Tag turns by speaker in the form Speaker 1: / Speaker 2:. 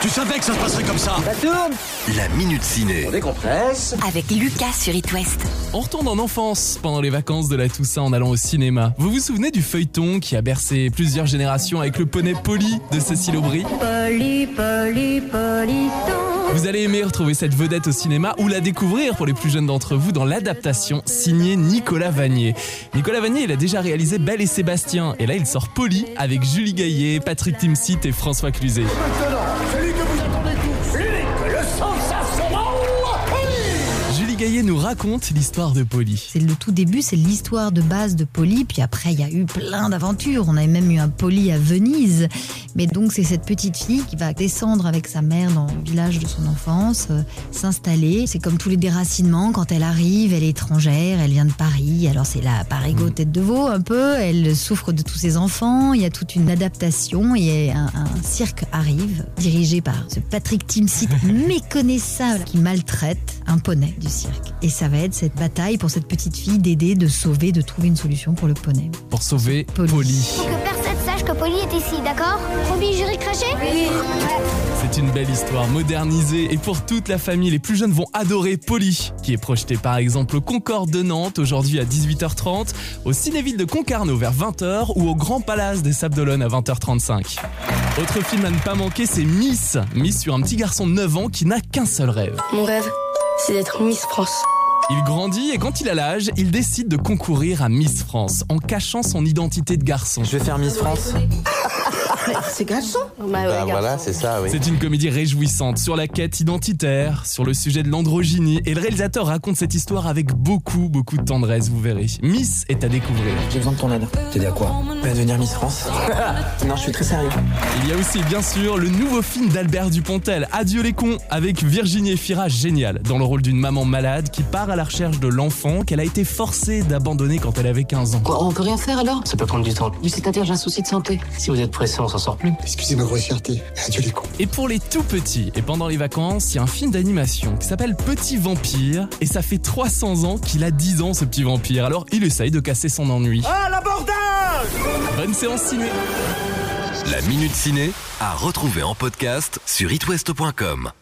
Speaker 1: Tu savais que ça se passerait comme ça
Speaker 2: Ça tourne
Speaker 3: La Minute Ciné.
Speaker 2: On décompresse.
Speaker 4: avec Lucas sur It West.
Speaker 5: On retourne en enfance pendant les vacances de la Toussaint en allant au cinéma. Vous vous souvenez du feuilleton qui a bercé plusieurs générations avec le poney poli de Cécile Aubry
Speaker 6: Poli, poli, politon.
Speaker 5: Vous allez aimer retrouver cette vedette au cinéma ou la découvrir pour les plus jeunes d'entre vous dans l'adaptation signée Nicolas Vanier. Nicolas Vanier, il a déjà réalisé Belle et Sébastien et là il sort Poli avec Julie Gaillet, Patrick Timsit et François Cluzet. Julie Gaillet nous raconte l'histoire de Poli.
Speaker 7: C'est le tout début, c'est l'histoire de base de Polly. Puis après, il y a eu plein d'aventures. On avait même eu un Polly à Venise. Mais donc, c'est cette petite fille qui va descendre avec sa mère dans le village de son enfance, euh, s'installer. C'est comme tous les déracinements. Quand elle arrive, elle est étrangère, elle vient de Paris. Alors, c'est la parigo tête de veau un peu. Elle souffre de tous ses enfants. Il y a toute une adaptation et un, un cirque arrive, dirigé par ce Patrick Timsit méconnaissable qui maltraite un poney du cirque. Et ça va être cette bataille pour cette petite fille d'aider, de sauver, de trouver une solution pour le poney.
Speaker 5: pour sauver
Speaker 7: Polly.
Speaker 5: Polly.
Speaker 6: Faut que personne sache que Polly est ici, d'accord Promis, j'irai cracher Oui.
Speaker 5: C'est une belle histoire modernisée et pour toute la famille, les plus jeunes vont adorer Polly, qui est projeté par exemple au Concorde de Nantes aujourd'hui à 18h30, au Cinéville de Concarneau vers 20h ou au Grand Palace des Sables d'Olonne à 20h35. Autre film à ne pas manquer, c'est Miss, Miss sur un petit garçon de 9 ans qui n'a qu'un seul rêve.
Speaker 8: Mon rêve, c'est d'être Miss France.
Speaker 5: Il grandit et quand il a l'âge, il décide de concourir à Miss France en cachant son identité de garçon.
Speaker 9: Je vais faire Miss France.
Speaker 2: C'est garçon
Speaker 9: Bah voilà, c'est ça, oui.
Speaker 5: C'est une comédie réjouissante sur la quête identitaire, sur le sujet de l'androgynie, et le réalisateur raconte cette histoire avec beaucoup, beaucoup de tendresse, vous verrez. Miss est à découvrir.
Speaker 9: J'ai besoin de ton aide. T'aider à quoi À devenir Miss France. non, je suis très sérieux.
Speaker 5: Il y a aussi, bien sûr, le nouveau film d'Albert Dupontel, Adieu les cons, avec Virginie Efira, géniale, dans le rôle d'une maman malade qui part à la recherche de l'enfant qu'elle a été forcée d'abandonner quand elle avait 15 ans.
Speaker 10: Quoi, on peut rien faire alors
Speaker 11: Ça peut prendre du temps.
Speaker 10: Oui, c'est-à-dire j'ai un souci de santé.
Speaker 11: Si vous êtes pressé, on s'en sort plus.
Speaker 2: Excusez ma grossièreté. Adieu les cons.
Speaker 5: Et pour les tout petits, et pendant les vacances, il y a un film d'animation qui s'appelle Petit Vampire, et ça fait 300 ans qu'il a 10 ans ce petit vampire, alors il essaye de casser son ennui.
Speaker 2: Ah, l'abordage
Speaker 5: Bonne séance ciné
Speaker 3: La Minute Ciné à retrouver en podcast sur itwest.com.